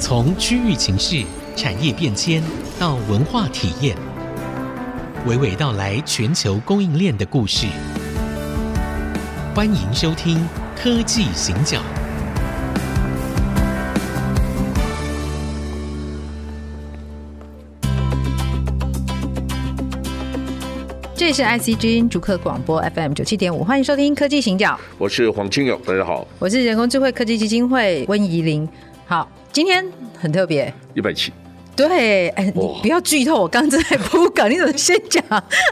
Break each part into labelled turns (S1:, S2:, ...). S1: 从区域情势、产业变迁到文化体验，娓娓道来全球供应链的故事。欢迎收听《科技行脚》。
S2: 这里是 IC 之音逐客广播 FM 九七点五，欢迎收听科技行脚，
S3: 我是黄清勇，大家好，
S2: 我是人工智慧科技基金会温怡玲。好，今天很特别，
S3: 一百七，
S2: 对，哎，你
S3: 哇
S2: 不要剧透，我刚正在铺梗，你怎么先讲？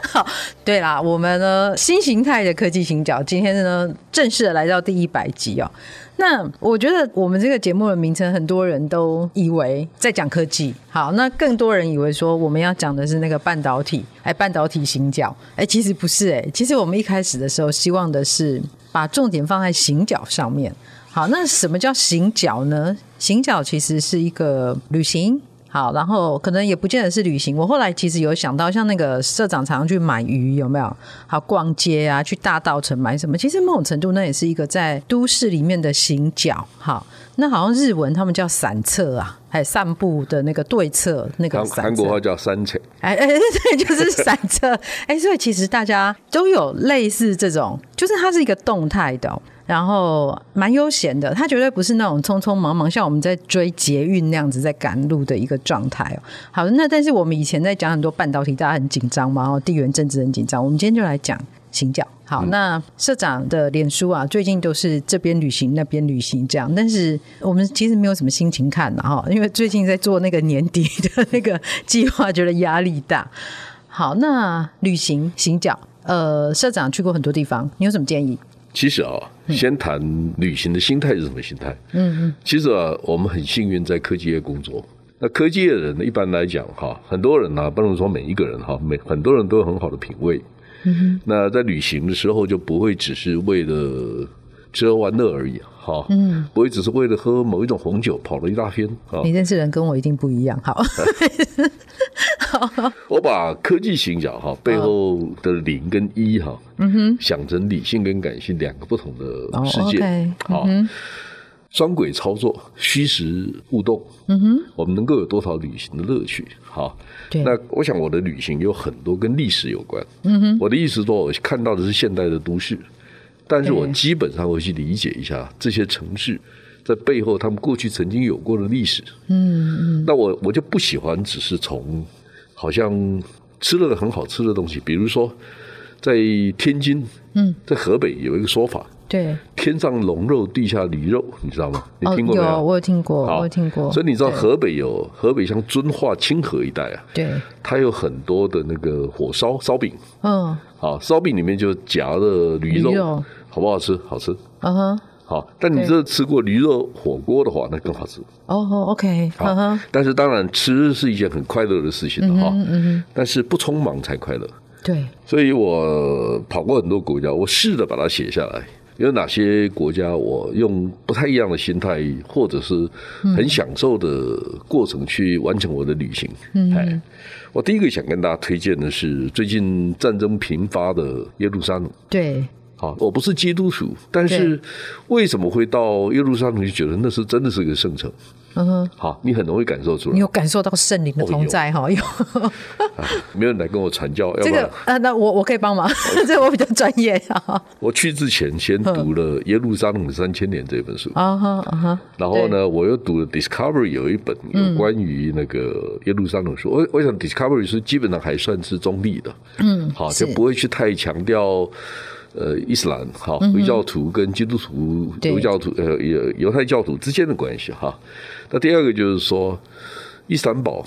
S2: 好，对啦，我们呢新形态的科技行脚，今天呢正式的来到第一百集哦。那我觉得我们这个节目的名称，很多人都以为在讲科技，好，那更多人以为说我们要讲的是那个半导体，哎，半导体行脚，哎，其实不是、哎，其实我们一开始的时候希望的是把重点放在行脚上面。好，那什么叫行脚呢？行脚其实是一个旅行。好，然后可能也不见得是旅行。我后来其实有想到，像那个社长常常去买鱼，有没有？好，逛街啊，去大稻城买什么？其实某种程度，那也是一个在都市里面的行脚。好，那好像日文他们叫散策啊，还有散步的那个对策，那个
S3: 韩
S2: 散策
S3: 韩国话叫三千，
S2: 哎哎， 对，就是散车。哎，所以其实大家都有类似这种，就是它是一个动态的哦、然后蛮悠闲的，它绝对不是那种匆匆忙忙，像我们在追捷运那样子在赶路的一个状态哦。好，那但是我们以前在讲很多半导体，大家很紧张嘛，哦，地缘政治很紧张。我们今天就来讲行脚。好，
S3: 嗯
S2: 那社长的脸书啊，最近都是这边旅行那边旅行这样，但是我们其实没有什么心情看的、哈，因为最近在做那个年底的那个计划，觉得压力大。好，那旅行行脚，呃，社长去过很多地方，你有什么建议？
S3: 其实啊，先谈旅行的心态是什么心态？嗯嗯，其实啊，我们很幸运在科技业工作。那科技业的人呢，一般来讲哈，很多人呢、啊不能说每一个人哈，每很多人都有很好的品味。嗯那在旅行的时候，就不会只是为了吃喝玩乐而已哈。嗯，不会只是为了喝某一种红酒跑了一大圈啊。
S2: 你认识人跟我一定不一样。 好，
S3: 我把科技行脚哈背后的零跟一哈，嗯哼，哦想成理性跟感性两个不同的世界，
S2: 哦 OK，
S3: 好、双轨操作，虚实互动，嗯哼，我们能够有多少旅行的乐趣？好，
S2: 对
S3: 那我想我的旅行有很多跟历史有关，嗯哼，我的意思说，我看到的是现代的都市，但是我
S2: 对
S3: 基本上会去理解一下这些城市在背后他们过去曾经有过的历史，那我我就不喜欢只是从好像吃了个很好吃的东西，比如说在天津，嗯，在河北有一个说法，
S2: 对，
S3: 天上龙肉，地下驴肉，你知道吗？你
S2: 哦，
S3: 听过没
S2: 有，我有听过，
S3: 好
S2: 我有听过。
S3: 所以你知道
S2: 对
S3: 河北有河北像遵化、清河一带啊，
S2: 对，
S3: 它有很多的那个火烧烧饼，
S2: 嗯
S3: 啊，烧饼里面就夹了驴肉，
S2: 驴肉
S3: 好不好吃？好吃。
S2: 嗯哼，
S3: 好，但你
S2: 对
S3: 这吃过驴肉火锅的话，那更好吃。
S2: 哦，OK，嗯哼，
S3: 但是当然吃是一件很快乐的事情的哈，
S2: 嗯
S3: 但是不匆忙才快乐。
S2: 哼，对，
S3: 所以我跑过很多国家，我试着把它写下来。有哪些国家我用不太一样的心态，或者是很享受的过程去完成我的旅行？嗯，我第一个想跟大家推荐的是最近战争频发的耶路撒冷。
S2: 对，
S3: 好，我不是基督徒，但是为什么会到耶路撒冷就觉得那是真的是个圣城？
S2: 嗯哼，
S3: 好，你很容易感受出来
S2: 你。有感受到圣灵的
S3: 哦
S2: 同
S3: 有
S2: 在哈？有
S3: 没有人来跟我传教，要
S2: 这
S3: 不然
S2: 个啊，那我我可以帮 忙，这我比较专业啊。
S3: 我去之前先
S2: 嗯
S3: 读了《耶路撒冷三千年》这本书，
S2: 啊哈啊哈，
S3: 然后呢，我又读了《Discovery》有一本有关于那个耶路撒冷书。我我想《Discovery》是基本上还算是中立的，嗯，好，
S2: 是
S3: 就不会去太强调。呃，伊斯兰哈，回教徒跟基督徒、
S2: 对
S3: 犹教徒呃犹犹太教徒之间的关系哈。那第二个就是说，伊斯坦堡，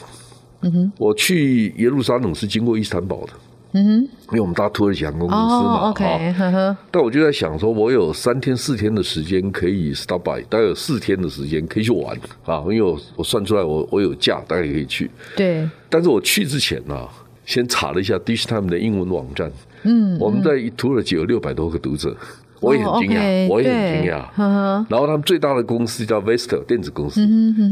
S3: 嗯哼，我去耶路撒冷是经过伊斯坦堡的，嗯哼，因为我们搭土耳其航空公司嘛，
S2: 哦
S3: 哈
S2: ，OK，呵呵，
S3: 但我就在想说，我有三天四天的时间可以 stop by，大概有四天的时间可以去玩啊，因为我我算出来我我有假，大概可以去。
S2: 对，
S3: 但是我去之前呢、啊，先查了一下 Dish Time 的英文网站，嗯，我们在土耳其有六百多个读者，我也很惊讶，
S2: 哦 OK，
S3: 我也很
S2: 对
S3: 惊讶。
S2: 呵
S3: 然后他们最大的公司叫 Vestel 电子公司，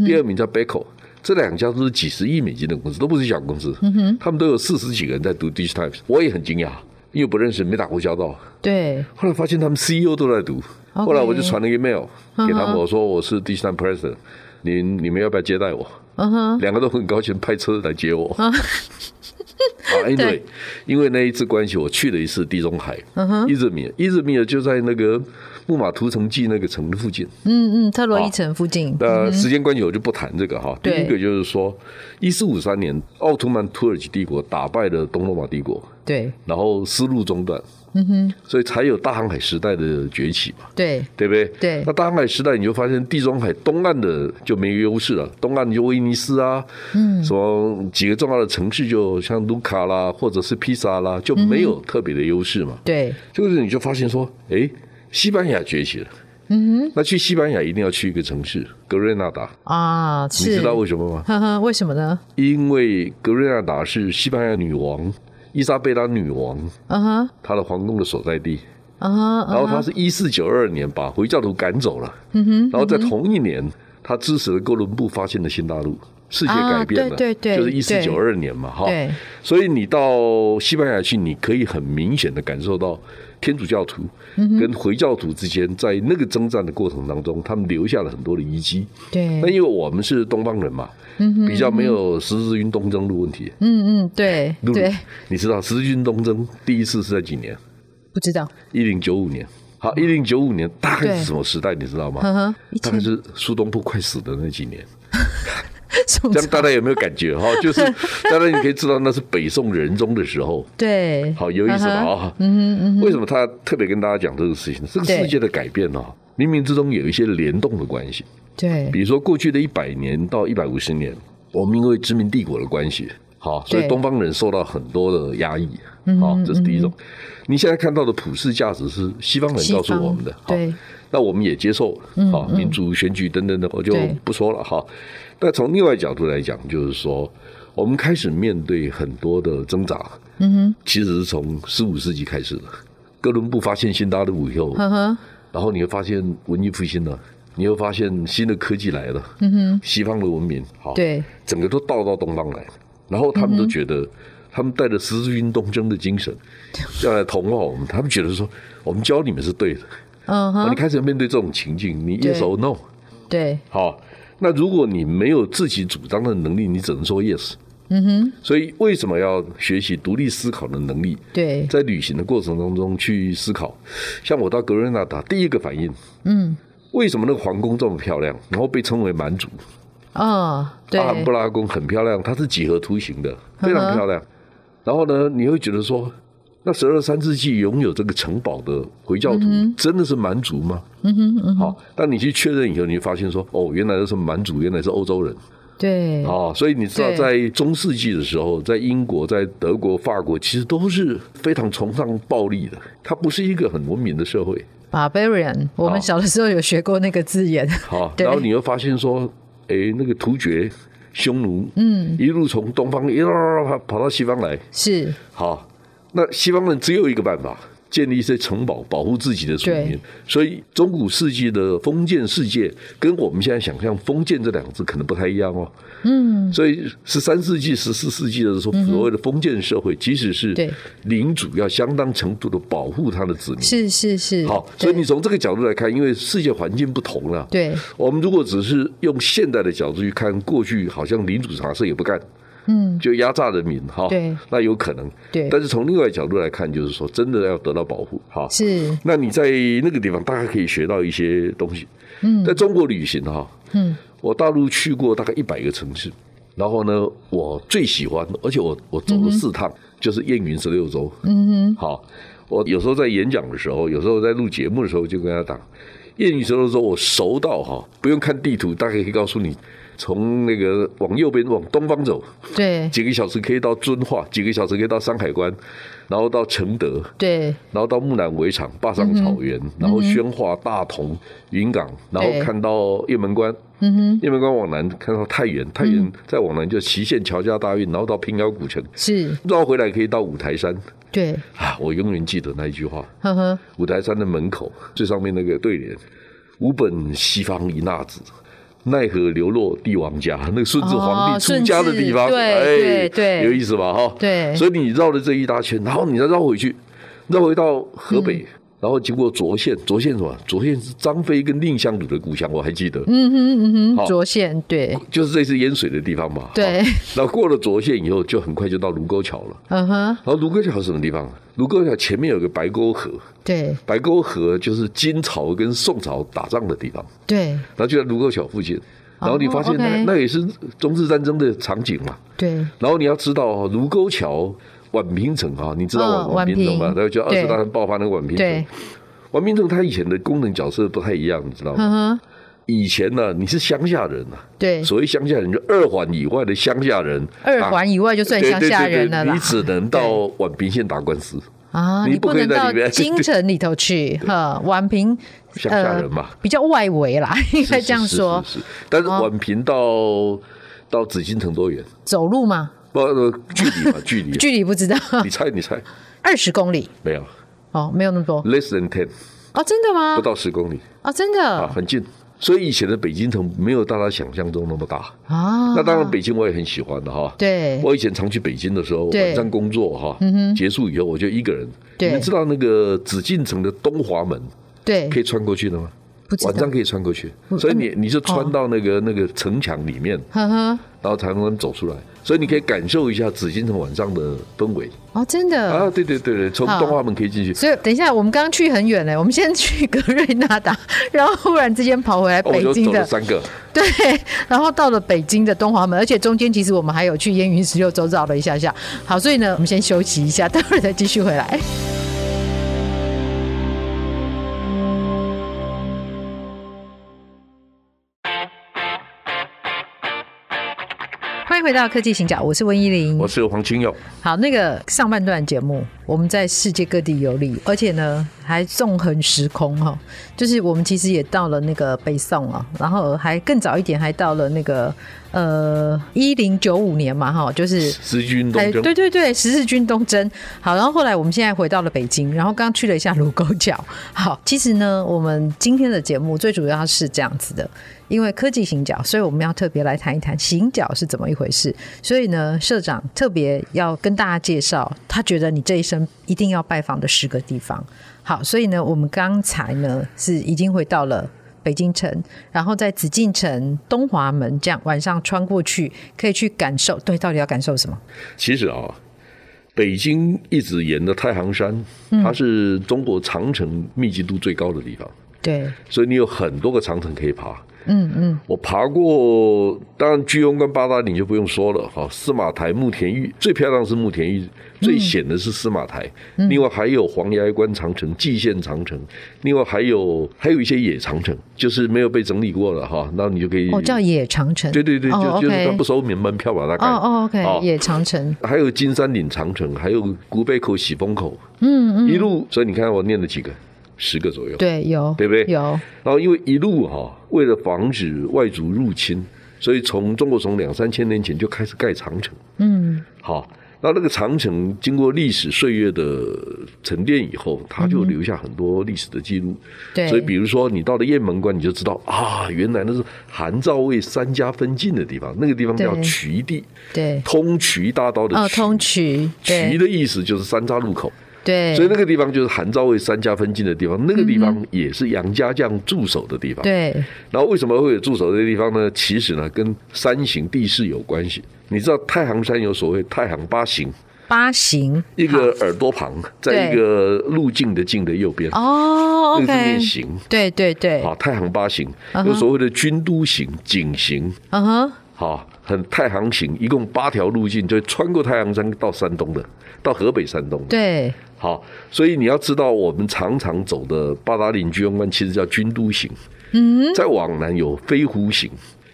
S3: 第二名叫 Beko，这两家都是几十亿美金的公司，都不是小公司。他们都有四十几个人在读 Dish Times，我也很惊讶，因为不认识，没打过交道。
S2: 对，
S3: 后来发现他们 CEO 都在读，
S2: OK
S3: 后来我就传了一个 mail 给他们，
S2: 嗯哼
S3: 我说我是 Digital President，您你们要不要接待我？
S2: 嗯哼，
S3: 两个都很高兴，派车来接我。 啊，因为因为那一次关系，我去了一次地中海，
S2: 嗯
S3: 伊兹密尔，伊兹密尔就在那个木马屠城记那个城附近。
S2: 嗯嗯，特洛伊城附近，
S3: 那时间关系，我就不谈这个哈。
S2: 嗯
S3: 第
S2: 对
S3: 一个就是说，一四五三年，奥图曼土耳其帝国打败了东罗马帝国，
S2: 对
S3: 然后丝路中断，嗯哼，所以才有大航海时代的崛起嘛。
S2: 对
S3: 对不对？
S2: 对
S3: 那大航海时代，你就发现地中海东岸的就没有优势了，东岸就威尼斯啊，嗯，什么几个重要的城市，就像卢卡啦，或者是披萨啦，就没有特别的优势嘛。
S2: 对
S3: 这个时候你就发现说，哎，西班牙崛起了。嗯哼，那去西班牙一定要去一个城市格瑞纳达，
S2: 啊，
S3: 你
S2: 是
S3: 知，道为什么吗？
S2: 呵呵，为什么呢？
S3: 因为格瑞纳达是西班牙女王伊莎贝拉女王
S2: 嗯哼，
S3: 她的皇宫的所在地。
S2: 嗯哼，
S3: 然后他是一四九二年把回教徒赶走了，
S2: 嗯
S3: 然后在同一年，他支持了哥伦布发现的新大陆，世界
S2: 啊
S3: 改变了，
S2: 对对对
S3: 就是一四九二年嘛，哈
S2: 对。
S3: 所以你到西班牙去，你可以很明显的感受到天主教徒
S2: 嗯
S3: 跟回教徒之间在那个征战的过程当中，他们留下了很多的遗迹。
S2: 对
S3: 那，因为我们是东方人嘛，比较没有十字军东征的问题。
S2: 嗯嗯，对
S3: 陆
S2: 对，，
S3: 你知道十字军东征第一次是在几年？
S2: 不知道，
S3: 一零九五年。好，一零九五年大概是什么时代？你知道
S2: 呵
S3: 吗？
S2: 呵，一
S3: 大概
S2: 千
S3: 是苏东坡快死的那几年。
S2: 什么
S3: 这样大家有没有感觉？哈， 就是当然你可以知道那是北宋仁宗的时候。
S2: 对，
S3: 好有意思吧？
S2: 嗯哼
S3: 啊，嗯嗯，为什么他特别跟大家讲这个事情？这个
S2: 对
S3: 世界的改变啊，冥冥之中有一些联动的关系。
S2: 对
S3: 比如说过去的一百年到一百五十年，我们因为殖民帝国的关系，好，所以
S2: 对嗯
S3: 东方人受到很多的压抑，啊好，这是第一种。你现在看到的普世价值是西方人
S2: 西
S3: 告诉
S2: 方
S3: 我们的，好
S2: 对，
S3: 那我们也接受，好，民主选举等等的，我就
S2: 对
S3: 不说了哈。但从另外角度来讲，就是说。我们开始面对很多的挣扎，嗯哼，其实是从十五世纪开始的。哥伦布发现新大陆以后，
S2: 呵呵，
S3: 然后你会发现文艺复兴了，你会发现新的科技来了，嗯哼，西方的文明好，
S2: 对，
S3: 整个都倒到东方来，然后他们都觉得，他们带着十字军东征的精神要来同化我们，他们觉得说我们教你们是对的，
S2: 嗯
S3: 那你
S2: 哼，
S3: 开始面对这种情境，你
S2: 对
S3: yes or no，
S2: 对
S3: 好，那如果你没有自己主张的能力，你只能说 yes，嗯哼，所以为什么要学习独立思考的能力？
S2: 对
S3: 在旅行的过程当中去思考。像我到格瑞纳达，第一个反应，
S2: 嗯，
S3: 为什么那个皇宫这么漂亮，然后被称为满族？
S2: 嗯，对
S3: 阿，罕布拉宫很漂亮，它是几何图形的，非常漂亮。然后呢，你会觉得说，那十二三世纪拥有这个城堡的回教徒，真的是蛮族吗？嗯哼，好，当你去确认以后，你就发现说，哦，原来都是蛮族，原来是欧洲人。
S2: 对
S3: 哦，所以你知道，
S2: 对
S3: 在中世纪的时候，在英国、在德国、法国，其实都是非常崇尚暴力的，它不是一个很文明的社会。
S2: ，barbarian，我们
S3: 好
S2: 小的时候有学过那个字眼，
S3: 好、
S2: 对
S3: 然后你又发现说，诶，那个突厥、匈奴，嗯，一路从东方一路跑跑到西方来，
S2: 是，
S3: 好，那西方人只有一个办法。建立一些城堡保护自己的族民
S2: 对，
S3: 所以中古世纪的封建世界跟我们现在想象“封建”这两个字可能不太一样哦。嗯，所以十三世纪、十四世纪的时候，所谓的封建社会，即使是
S2: 嗯对
S3: 领主要相当程度的保护他的子民。
S2: 是是是，
S3: 好，所以
S2: 对
S3: 你从这个角度来看，因为世界环境不同了、
S2: 对
S3: 我们如果只是用现代的角度去看，过去好像领主茶社也不干，嗯，就压榨人民哈，
S2: 对
S3: 那有可能，
S2: 对
S3: 但是从另外角度来看，就是说真的要得到保护哈。
S2: 是，
S3: 那你在那个地方大概可以学到一些东西，嗯，在中国旅行哈，嗯，我大陆去过大概一百个城市，然后呢，我最喜欢，而且我我走了四趟，就是燕云十六州，嗯嗯哼，好。我有时候在演讲的时候，有时候在录节目的时候，就跟他讲，谚语熟的时候，我熟到哈，不用看地图，大概可以告诉你，从那个往右边往东方走，
S2: 对
S3: 几个小时可以到遵化，几个小时可以到山海关，然后到承德，
S2: 对
S3: 然后到木兰围场、坝上草原，然后宣化、大同、云冈，然后
S2: 对
S3: 看到雁门关。雁门关往南看到太原，太原再往南就祁县、乔家大运，然后到平遥古城，
S2: 是，
S3: 绕回来可以到五台山。
S2: 对，
S3: 啊，我永远记得那一句话：
S2: 呵呵，
S3: 五台山的门口最上面那个对联“吾本西方一纳子，奈何流落帝王家”，那个顺治皇
S2: 哦
S3: 帝出家的地方，哎
S2: 顺治对对对
S3: 有意思吧？哈，
S2: 对嗯
S3: 所以你绕了这一大圈，然后你再绕回去，绕回到河北，然后经过涿县，涿县什么？涿县是张飞跟蔺相如的故乡，我还记得。嗯
S2: 嗯
S3: 好
S2: 涿县对，
S3: 就是这次淹水的地方嘛。
S2: 对
S3: 好。然后过了涿县以后，就很快就到卢沟桥了。
S2: 嗯哼，
S3: 然后卢沟桥是什么地方？卢沟桥前面有个白沟河，
S2: 对
S3: 白沟河就是金朝跟宋朝打仗的地方，
S2: 对
S3: 然后就在卢沟桥附近。然后你发现那、
S2: 哦 OK
S3: 那也是中日战争的场景嘛。
S2: 对，
S3: 然后你要知道哦，卢沟桥、宛平城啊，你知道
S2: 嗯
S3: 宛宛平城
S2: 宛
S3: 吗？
S2: 平
S3: 然后就二
S2: 对
S3: 次大战爆发那个宛平
S2: 对
S3: 城。宛平城它以前的功能角色不太一样，你知道吗？
S2: 嗯哼，
S3: 以前呢、你是乡下人啊，
S2: 对，
S3: 所谓乡下人就二环以外的乡下人，
S2: 二
S3: 打
S2: 环以外就算乡下人了
S3: 对对对对
S2: 啦
S3: 你只 能到宛平县打官司。
S2: 啊，
S3: 你
S2: 你
S3: 不
S2: 不
S3: 可以
S2: 能
S3: 在
S2: 到
S3: 里面
S2: 京城里头去，哈，宛平
S3: 乡下人嘛
S2: 呃，比较外围啦， 应
S3: 是
S2: 该这样说，哦
S3: 是是是是但是宛平到到紫禁城多远？
S2: 走路嘛，
S3: 不，呃距 离嘛，距离。
S2: 距离不知道，
S3: 你猜，你猜，
S2: 二十公里
S3: 没有
S2: 哦，没有那么多
S3: ，less than ten，
S2: 哦，真的
S3: 不
S2: 吗？
S3: 到十公里
S2: 哦，真
S3: 啊，
S2: 的
S3: 很近。所以以前的北京城没有大家想象中那么大。
S2: 啊，
S3: 那当然，北京我也很喜欢的哈。
S2: 对
S3: 我以前常去北京的时候，
S2: 对嗯
S3: 晚上工作哈，结束以后我就一个人。
S2: 对
S3: 你们知道那个紫禁城的东华门
S2: 对
S3: 可以穿过去的吗？
S2: 不知道嗯哦
S3: 晚上可以穿过去，所以你你就穿到那个那个城墙里面，
S2: 呵呵，
S3: 然后才能走出来。所以你可以感受一下紫禁城晚上的氛围
S2: 哦，真的。
S3: 啊！对对对对，从
S2: 好
S3: 东华门可以进去。
S2: 所以等一下，我们刚刚去很远嘞，我们先去格瑞纳达， 然后忽然之间跑回来
S3: 哦，我
S2: 北
S3: 就
S2: 京
S3: 走
S2: 的，
S3: 了三个，
S2: 对，然后到了北京的东华门，而且中间其实我们还有去燕云十六州绕了一下下。好，所以呢，我们先休息一下，待会儿再继续回来。欢迎回到科技行脚，我是温依玲，
S3: 我是黄清耀。
S2: 好，那个上半段节目，我们在世界各地游历，而且呢还纵横时空哈、哦，就是我们其实也到了那个北宋啊、然后还更早一点还到了那个呃一零九五年嘛哈、就是。
S3: 十军
S2: 哎，
S3: 东征
S2: 对对对，十字军东征。好，然后后来我们现在回到了北京，然后刚去了一下卢沟桥。好，其实呢，我们今天的节目最主要是这样子的，因为科技行脚，所以我们要特别来谈一谈行脚是怎么一回事。所以呢，社长特别要跟大家介绍，他觉得你这一生一定要拜访的十个地方。好，所以呢，我们刚才呢是已经回到了。北京城，然后在紫禁城、东华门这样晚上穿过去，可以去感受。对，到底要感受什么？
S3: 其实啊，北京一直沿着太行山，
S2: 嗯
S3: 它是中国长城密集度最高的地方，
S2: 对，
S3: 所以你有很多个长城可以爬。
S2: 嗯嗯，
S3: 我爬过，当然居庸跟八达岭就不用说了哈。司马台、慕田峪最漂亮是慕田
S2: 嗯
S3: 峪，最险的是司马台。另外还有黄崖关长城、蓟县长城，另外还有还有一些野长城，就是没有被整理过了哈。那你就可以
S2: 哦，叫野长城，
S3: 嗯对对对，就、
S2: 哦，OK
S3: 就是它不收免门票吧，大概
S2: 哦哦，OK，、
S3: 哦
S2: 野长城，
S3: 还有金山岭长城，还有古北口、喜峰口，嗯嗯，一路，所以你看我念了几个，十个左右，
S2: 对，有，
S3: 对不对
S2: 有，
S3: 然后因为一路哈、为了防止外族入侵，所以从中国从两三千年前就开始盖长城。
S2: 嗯，
S3: 好，那那个长城经过历史岁月的沉淀以后，它就留下很多历史的记录。
S2: 嗯对
S3: 所以比如说你到了雁门关，你就知道啊，原来那是韩赵魏三家分晋的地方，那个地方叫
S2: 对
S3: 渠地，
S2: 对，
S3: 通渠大道的
S2: 哦，
S3: 渠
S2: 通衢，
S3: 渠
S2: 对，
S3: 的意思就是三岔路口。
S2: 对，嗯
S3: 所以那个地方就是韩赵魏三家分晋的地方，那个地方也是杨家将驻守的地方。
S2: 对，
S3: 然后为什么会有驻守的地方呢？其实呢，跟山形地势有关系。你知道太行山有所谓太行八形，
S2: 八行，
S3: 一个耳朵旁，在一个路径的径的右边，
S2: 哦
S3: 那个是
S2: ，OK，
S3: 念形。
S2: 对对对，
S3: 好，太行八形
S2: 嗯哼
S3: 有所谓的军都形、景形，
S2: 嗯哼，
S3: 好，很太行形，一共八条路径，就穿过太行山到山东的，到河北山东的。
S2: 对，
S3: 好，所以你要知道，我们常常走的八达岭居庸关其实叫军都行，嗯，再往南有飞狐行，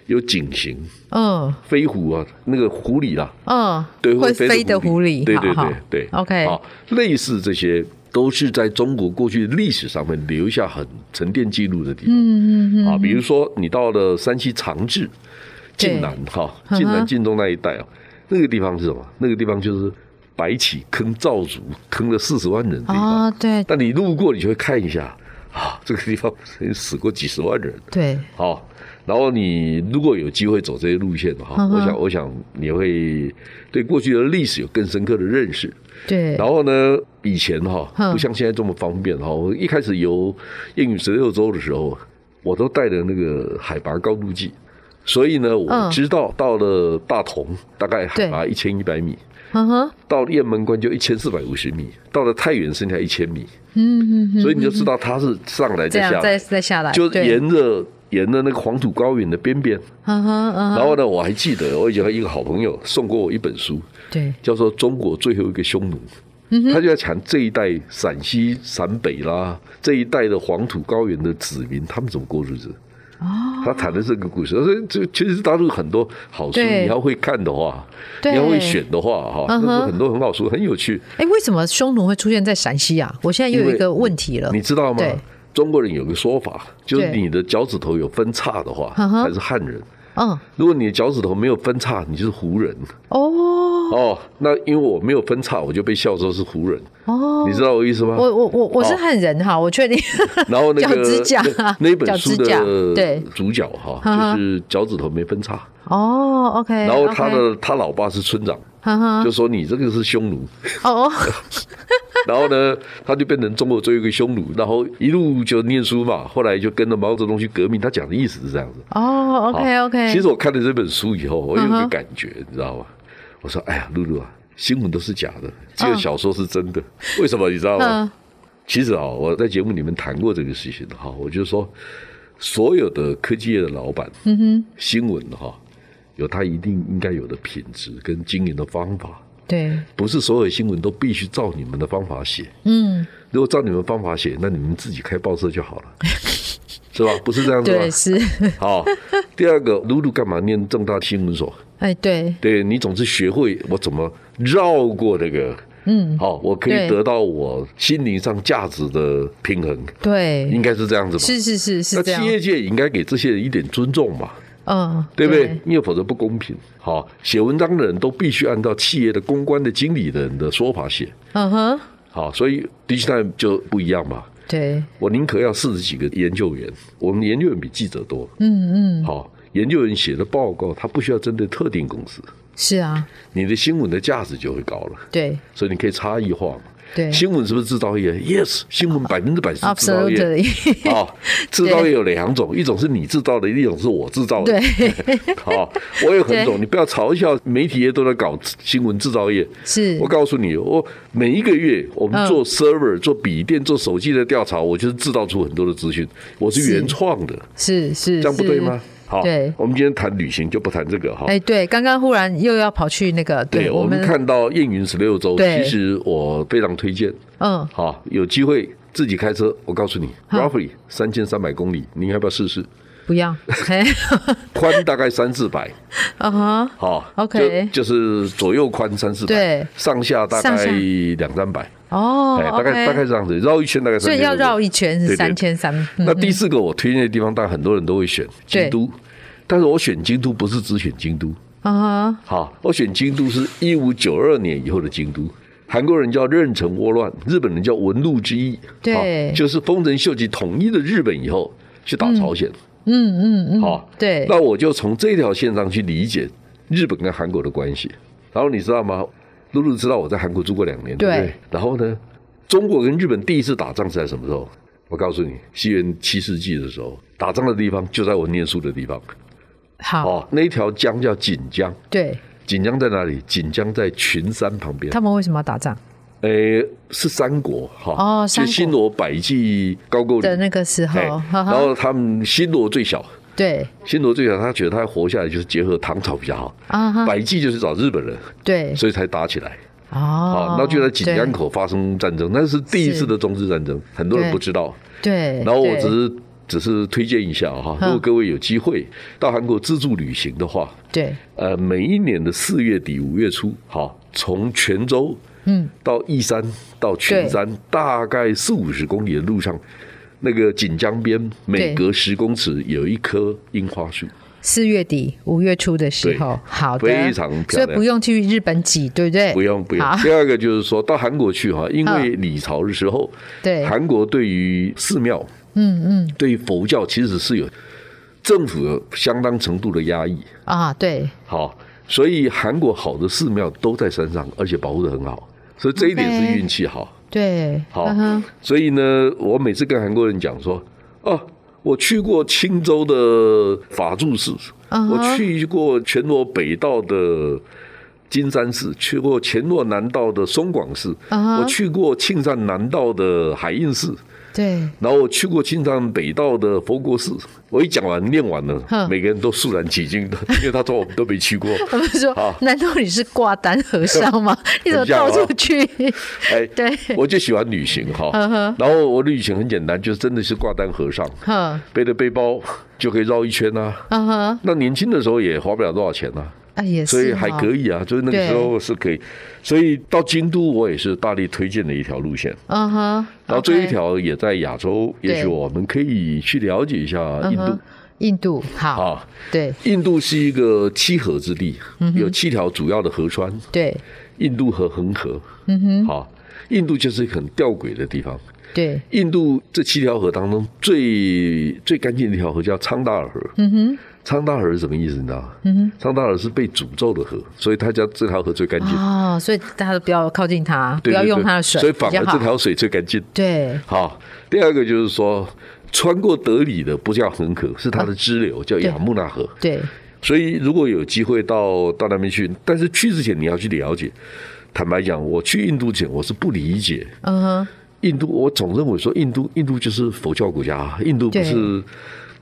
S3: 有景行，
S2: 嗯
S3: 飞狐啊，那个狐狸啦、
S2: 嗯，
S3: 对，
S2: 会
S3: 飞
S2: 飞的狐狸，
S3: 对
S2: 好
S3: 对
S2: 好
S3: 对对
S2: ，OK，
S3: 好，类似这些都是在中国过去历史上面留下很沉淀记录的地方，嗯嗯啊，比如说你到了山西长治、
S2: 对
S3: 晋南哈，
S2: 嗯哼
S3: 晋南晋中那一带啊，那个地方是什么？那个地方就是白起坑赵族，坑了四十万人的地方。
S2: 哦，对
S3: 但你 路过，你就会看一下啊，这个地方曾经死过几十万人。
S2: 对，
S3: 好，然后你如果有机会走这些路线的话，
S2: 嗯哼
S3: 我想我想你会对过去的历史有更深刻的认识。
S2: 对，
S3: 然后呢，以前哈、
S2: 嗯
S3: 不像现在这么方便哈、我一开始游英语十六州的时候，我都带着那个海拔高度计，所以呢，我
S2: 嗯
S3: 知道到了大同大概海
S2: 对
S3: 拔一千一百米，
S2: 嗯哼，
S3: 到了雁门关就一千四百五十米，到了太原剩下一千米，
S2: 嗯嗯嗯，
S3: 所以你就知道它是上来
S2: 这
S3: 再下
S2: 样
S3: 来
S2: 再，再下来，
S3: 就
S2: 啊对，
S3: 沿着沿着那个黄土高原的边边。
S2: 嗯哼嗯
S3: 然
S2: 哼，
S3: 后呢，我还记得我以前一个好朋友送过我一本书，
S2: 对，
S3: 叫做《中国最后一个匈奴》。
S2: 嗯
S3: 他就在讲这一代陕西、陕北啦，这一代的黄土高原的子民，他们怎么过日子。
S2: 哦
S3: 他谈的这个故事，所以这其实大陆很多好书，
S2: 对
S3: 你要会看的话，
S2: 对
S3: 你要会选的话，哈，那
S2: 嗯哼
S3: 是很多很好书，很有趣。
S2: 哎，为什么匈奴会出现在陕西啊？我现在又有一个问题了，
S3: 你知道吗
S2: 对？
S3: 中国人有个说法，就是
S2: 对
S3: 你的脚趾头有分叉的话，
S2: 嗯哼
S3: 才是汉人；
S2: 嗯，
S3: 如果你的脚趾头没有分叉，你就是胡人。
S2: 哦
S3: 哦，那因为我没有分叉，我就被笑说是胡人，
S2: 哦
S3: 你，知道我意思吗？
S2: 我我我我是
S3: 哦
S2: 汉人哈，我确定，
S3: 然后 那
S2: 脚
S3: 个
S2: 趾甲
S3: 那那一本
S2: 脚
S3: 书
S2: 趾甲对
S3: 的主角
S2: 嗯
S3: 哈，
S2: 哼
S3: 就是脚趾头没分叉，
S2: 哦，OK，
S3: 然后他
S2: OK，
S3: 的他老爸是村长，
S2: 嗯哼，
S3: 就说你这个是匈奴，
S2: 哦哦，
S3: 然后呢，他就变成中国最后一个匈奴，然后一路就念书嘛，后来就跟着毛泽东去革命，他讲的意思是这样子。
S2: 哦，OK
S3: 好
S2: OK，
S3: 其实我看了这本书以后，我有一
S2: 嗯
S3: 个
S2: 哼
S3: 感觉，你知道吗？我说，哎呀，露露啊，新闻都是假的，只有
S2: 嗯
S3: 小说是真的。为什么你知道吗？
S2: 嗯，
S3: 其实啊，我在节目里面谈过这个事情的哈，我就说，所有的科技业的老板，嗯哼，新闻哈，有他一定应该有的品质跟经营的方法，
S2: 对，
S3: 不是所有新闻都必须照你们的方法写。
S2: 嗯，
S3: 如果照你们方法写，那你们自己开报社就好 了，是吧？不是这样子
S2: 对，
S3: 吗？
S2: 是，
S3: 好，第二个，露露干嘛念正大新闻所？
S2: 哎，对，
S3: 对你总是学会我怎么绕过那个，
S2: 嗯，
S3: 好，我可以
S2: 对
S3: 得到我心灵上价值的平衡。应
S2: 对，
S3: 该是这样子吧？
S2: 是是是是
S3: 嗯那
S2: 这样
S3: 企，业界也应该给这些人一点尊重嘛，
S2: 嗯，
S3: 对不对？因为否则不公平。好，写文章的人都必须按照企业的公关的经理的人的说法写。
S2: 嗯哼，
S3: 好，所以 digital 就不一样嘛。
S2: 对，
S3: 我宁可要四十几个研究员，我们研究员比记者多。
S2: 嗯嗯，
S3: 好，研究员写的报告，他不需要针对特定公司，
S2: 是啊，
S3: 你的新闻的价值就会高了，
S2: 对
S3: 所以你可以差异化嘛。
S2: 对
S3: 新闻是不是制造业？Yes，新闻百分之百是制造业。
S2: ，absolutely，
S3: 哦，制造业有两种，一种是你制造的，一种是我制造的。
S2: 对，
S3: 好、我有很
S2: 对
S3: 懂，你不要嘲笑媒体业都在搞新闻制造业。
S2: 是
S3: 我，告诉你，我每一个月我们
S2: 嗯
S3: 做 server、做笔电、做手机的调查，我就是制造出很多的资讯，我是原创的，
S2: 是是，
S3: 这样不对吗？好，
S2: 对
S3: 我们今天谈旅行就不谈这个哈。
S2: 哎，对，刚刚忽然又要跑去那个，
S3: 对，
S2: 我
S3: 我们看到燕云十六州，
S2: 对
S3: 其实我非常推荐。
S2: 嗯，
S3: 好，有机会自己开车，我告诉你
S2: 好
S3: ，roughly 三千三百公里，你要不要试试？
S2: 不 要，哎，
S3: 宽大概三 四百，
S2: 嗯哼，
S3: 好
S2: OK
S3: 就就是左右宽三四百，
S2: 对
S3: 上下大
S2: 上
S3: 概
S2: 下
S3: 两三百，
S2: 哦
S3: 哎，大概大概
S2: ，OK，
S3: 这样子，绕一圈大概
S2: 所
S3: 三
S2: 以
S3: 千
S2: 要
S3: 多
S2: 绕一圈是
S3: 对对
S2: 三千三，嗯
S3: 那第四个我推荐的地方，当然很多人都会选
S2: 对
S3: 京都，但是我选京都不是只选京都，
S2: 嗯哼，
S3: 好，我选京都是一五九二年以后的京都。韩国人叫壬辰倭乱，日本人叫文禄之役，
S2: 对
S3: 好就是丰臣秀吉统一了日本以后去打朝鲜，
S2: 嗯嗯嗯，
S3: 好，
S2: 对
S3: 那我就从这条线上去理解日本跟韩国的关系。然后你知道吗？露露知道我在韩国住过两年，对不
S2: 对
S3: 对？然后呢，中国跟日本第一次打仗是在什么时候？我告诉你，西元七世纪的时候，打仗的地方就在我念书的地方。
S2: 好，
S3: 哦，那一条江叫锦江，
S2: 对
S3: 锦江在哪里？锦江在群山旁边。
S2: 他们为什么要打仗
S3: 诶，是三国哈。
S2: 哦三
S3: 就
S2: 国
S3: 新罗、百济、高句丽
S2: 的那个时候，
S3: 哎
S2: 哈
S3: 然
S2: 哈，
S3: 后他们新罗最小，
S2: 对
S3: 新罗最小，他觉得他活下来就是结合唐朝比较好。
S2: 啊哈，
S3: 百济就是找日本人，
S2: 对，
S3: 所以才打起来
S2: 哦
S3: 啊。，那就在锦江
S2: 口，
S3: 口发生战争，那是第一次的中日战争，很多人不知道。
S2: 对，
S3: 然后我
S2: 对
S3: 只是只是推荐一下啊哈，
S2: 嗯
S3: 如果各位有机会到韩国自助旅行的话，
S2: 对，
S3: 呃，每一年的四月底五月初，好，从泉州
S2: 嗯，
S3: 到义山到群山，大概四五十公里的路上。那个锦江边，每
S2: 对
S3: 隔十公尺有一棵樱花树，
S2: 四月底五月初的时候
S3: 对，
S2: 好的，
S3: 非常漂
S2: 所以
S3: 亮
S2: 不用去日本挤，对不对？
S3: 不用不
S2: 好
S3: 用。第二个就是说到韩国去哈，因为李朝的时候，
S2: 对
S3: 韩国对于寺庙，
S2: 嗯嗯，
S3: 对于佛教其实是有政府有相当程度的压抑，
S2: 啊，对，
S3: 好，所以韩国好的寺庙都在山上，而且保护的很好，所以这一点
S2: OK
S3: 是运气好。
S2: 对，
S3: 好
S2: 嗯哼
S3: 所以呢，我每次跟韩国人讲说，哦、我去过青州的法住寺
S2: 嗯哼
S3: 我去过全罗北道的金山寺，去过全罗南道的松广寺
S2: 嗯哼
S3: 我去过庆尚南道的海印寺，
S2: 对，
S3: 然后我去过青藏北道的佛国寺，我一讲完念完了
S2: 哼，
S3: 每个人都肃然起敬 的，因为他说我们都没去过。
S2: 他们说
S3: 好，哦
S2: 难道你是挂单和尚吗？你怎么到处去？
S3: 哎，
S2: 对
S3: 我就喜欢旅行哈
S2: 嗯哼。
S3: 然后我旅行很简单，就是真的是挂单和尚，
S2: 哼，
S3: 背着背包就可以绕一圈啊。
S2: 嗯哼，
S3: 那年轻的时候也花不了多少钱啊，
S2: 啊，也是，
S3: 所以还可
S2: 以，
S3: 以啊，就是那个时候是可以。所以到京都，我也是大力推荐的一条路线。
S2: 嗯哼，
S3: 然后这一
S2: OK，
S3: 条也在亚洲，
S2: 对
S3: 也许我们可以去了解一下
S2: 嗯
S3: 印度
S2: 哼，印度，好，
S3: 啊。
S2: 对
S3: 印度是一个七河之地，
S2: 嗯
S3: 有七条主要的河川，
S2: 对
S3: 印度河、恒河。嗯哼，好，印度就是一个很吊诡的地方。
S2: 对，
S3: 印度这七条河当中最最干净的一条河叫昌大尔河。
S2: 嗯哼，
S3: 昌大河是什么意思？你知道吗？嗯、昌大河是被诅咒的河，所以它叫这条河最干净。
S2: 哦，所以大家都不要靠近它，不
S3: 对对
S2: 要用
S3: 对
S2: 它的水，
S3: 所以反
S2: 比较
S3: 而
S2: 好
S3: 这条水最干净。
S2: 对
S3: 好，第二个就是说，穿过德里的不叫恒河，是它的支流、叫雅穆纳河。
S2: 对，
S3: 所以如果有机会到到那边去，但是去之前你要去了解。坦白讲，我去印度前我是不理解
S2: 嗯哼，
S3: 印度，我总认为说印度印度就是佛教国家，啊印度不是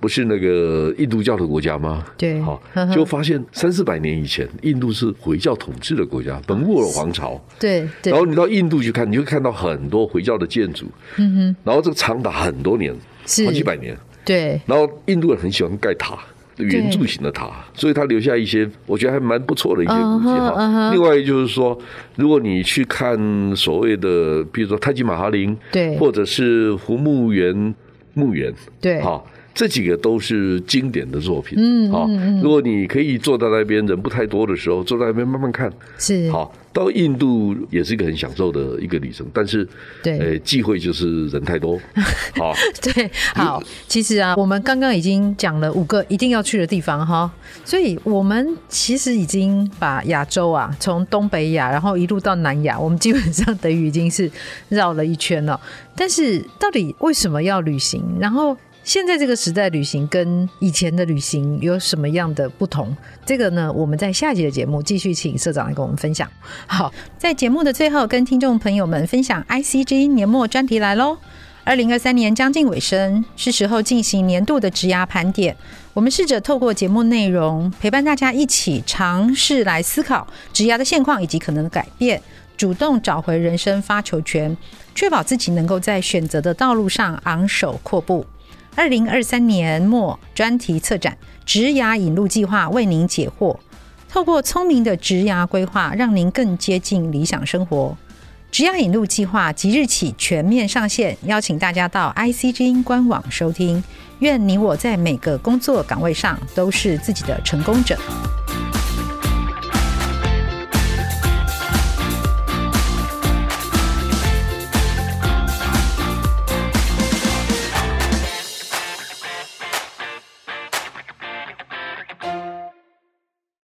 S3: 不是那个印度教的国家吗？
S2: 对
S3: 好
S2: 呵，呵
S3: 就发现三四百年以前，印度是回教统治的国家，本穆尔王朝。
S2: 对哦对
S3: 然，后你到印度去看，你就会看到很多回教的建筑，嗯哼，然后这个长达很多年，
S2: 是
S3: 好几百年。
S2: 对
S3: 然后印度人很喜欢盖塔，圆柱形的塔，所以他留下一些我觉得还蛮不错的一些古迹
S2: 嗯哼嗯
S3: 哈。
S2: 哼
S3: 另外就是说，如果你去看所谓的，比如说泰姬玛哈林，
S2: 对
S3: 或者是胡墓园墓园，
S2: 对
S3: 好。这几个都是经典的作品，嗯，好、如果你可以坐在那边人不太多的时候，坐在那边慢慢看，
S2: 是，
S3: 好，到印度也是一个很享受的一个旅程，但是，
S2: 对
S3: 呃，忌讳就是人太多， 好，
S2: 对，好，其实啊，我们刚刚已经讲了五个一定要去的地方哈，所以我们其实已经把亚洲啊，从东北亚，然后一路到南亚，我们基本上等于已经是绕了一圈了。但是到底为什么要旅行？然后现在这个时代旅行跟以前的旅行有什么样的不同？这个呢，我们在下集的节目继续请社长来跟我们分享。好，在节目的最后，跟听众朋友们分享 ICG 年末专题来喽。二零二三年将近尾声，是时候进行年度的职涯盘点。我们试着透过节目内容，陪伴大家一起尝试来思考职涯的现况以及可能的改变，主动找回人生发球权，确保自己能够在选择的道路上昂首阔步。二零二三年末专题策展《职涯引路计划》为您解惑，透过聪明的职涯规划，让您更接近理想生活。职涯引路计划即日起全面上线，邀请大家到 IC 之音官网收听。愿你我在每个工作岗位上都是自己的成功者。